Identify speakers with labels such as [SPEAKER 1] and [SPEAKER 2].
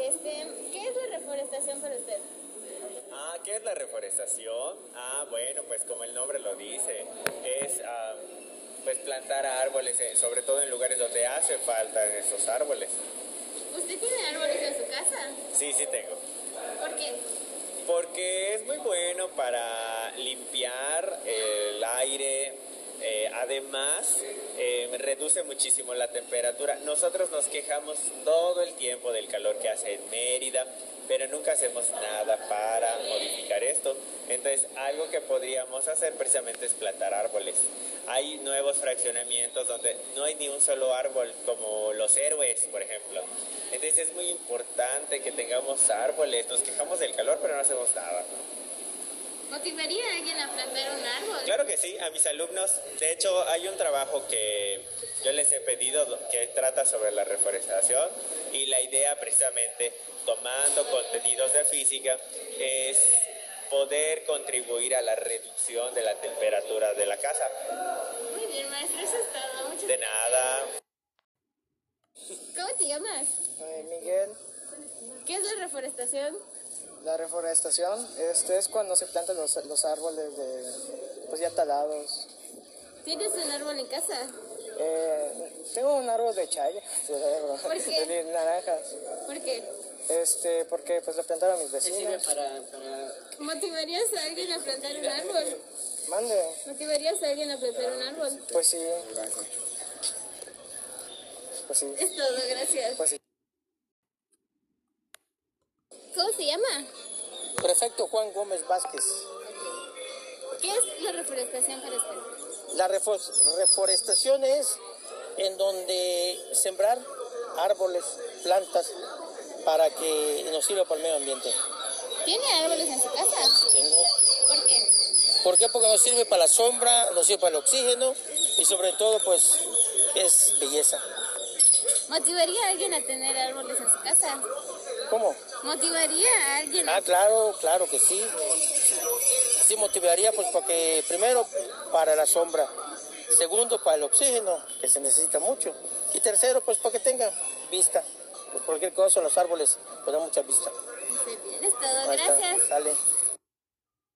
[SPEAKER 1] Este, reforestación para usted.
[SPEAKER 2] Ah, ¿qué es la reforestación? Ah, bueno, pues como el nombre lo dice, es ah, pues plantar árboles, eh, sobre todo en lugares donde hace falta esos árboles.
[SPEAKER 1] ¿Usted tiene árboles en su casa?
[SPEAKER 2] Sí, sí tengo.
[SPEAKER 1] ¿Por qué?
[SPEAKER 2] Porque es muy bueno para limpiar el aire. eh, además, eh, reduce muchísimo la temperatura. Nosotros nos quejamos todo el tiempo del calor que hace en Mérida, pero nunca hacemos nada para modificar esto. Entonces, algo que podríamos hacer precisamente es plantar árboles. Hay nuevos fraccionamientos donde no hay ni un solo árbol, como los héroes, por ejemplo. Entonces es muy importante que tengamos árboles. Nos quejamos del calor, pero no hacemos nada.
[SPEAKER 1] ¿Motivaría a alguien a plantar un árbol?
[SPEAKER 2] Claro que sí, a mis alumnos. De hecho, hay un trabajo que yo les he pedido do- que trata sobre la reforestación y la idea precisamente, tomando contenidos de física, es poder contribuir a la reducción de la temperatura de la casa.
[SPEAKER 1] Muy bien, maestro, eso es todo. Muchas
[SPEAKER 2] De nada,
[SPEAKER 1] ¿Cómo te llamas?
[SPEAKER 3] Eh, Miguel,
[SPEAKER 1] ¿Qué es la reforestación?
[SPEAKER 3] la reforestación este es cuando se plantan los, los árboles de, pues ya talados.
[SPEAKER 1] ¿Tienes un árbol en casa?
[SPEAKER 3] Eh, tengo un árbol de chaya, de, naranja
[SPEAKER 1] ¿Por qué?
[SPEAKER 3] de naranjas,
[SPEAKER 1] ¿Por qué?
[SPEAKER 3] este, porque pues lo plantaron mis vecinos.
[SPEAKER 4] para, para
[SPEAKER 1] ¿Motivarías a alguien a plantar un árbol?
[SPEAKER 3] Mande,
[SPEAKER 1] ¿Motivarías a alguien a plantar un árbol?
[SPEAKER 3] pues sí. Pues sí,
[SPEAKER 1] Es todo, gracias.
[SPEAKER 3] pues sí.
[SPEAKER 1] ¿Cómo se llama?
[SPEAKER 3] Prefecto Juan Gómez Vázquez.
[SPEAKER 1] ¿Qué es la reforestación para usted?
[SPEAKER 5] La refor- reforestación es en donde sembrar árboles, plantas, para que nos sirva para el medio ambiente.
[SPEAKER 1] ¿Tiene árboles en su casa?
[SPEAKER 5] Tengo-
[SPEAKER 1] ¿Por qué?
[SPEAKER 5] ¿Por qué? Porque nos sirve para la sombra, nos sirve para el oxígeno y sobre todo pues es belleza.
[SPEAKER 1] ¿Motivaría a alguien a tener árboles en su casa?
[SPEAKER 5] ¿Cómo?
[SPEAKER 1] ¿Motivaría a alguien?
[SPEAKER 5] Ah, claro, claro que sí. Sí motivaría pues porque primero para la sombra, segundo para el oxígeno, que se necesita mucho, y tercero pues para que tenga vista. Por cualquier cosa los árboles pues dan mucha vista.
[SPEAKER 1] Muy bien, Es todo,
[SPEAKER 5] Ahí está,
[SPEAKER 1] gracias.
[SPEAKER 5] Sale.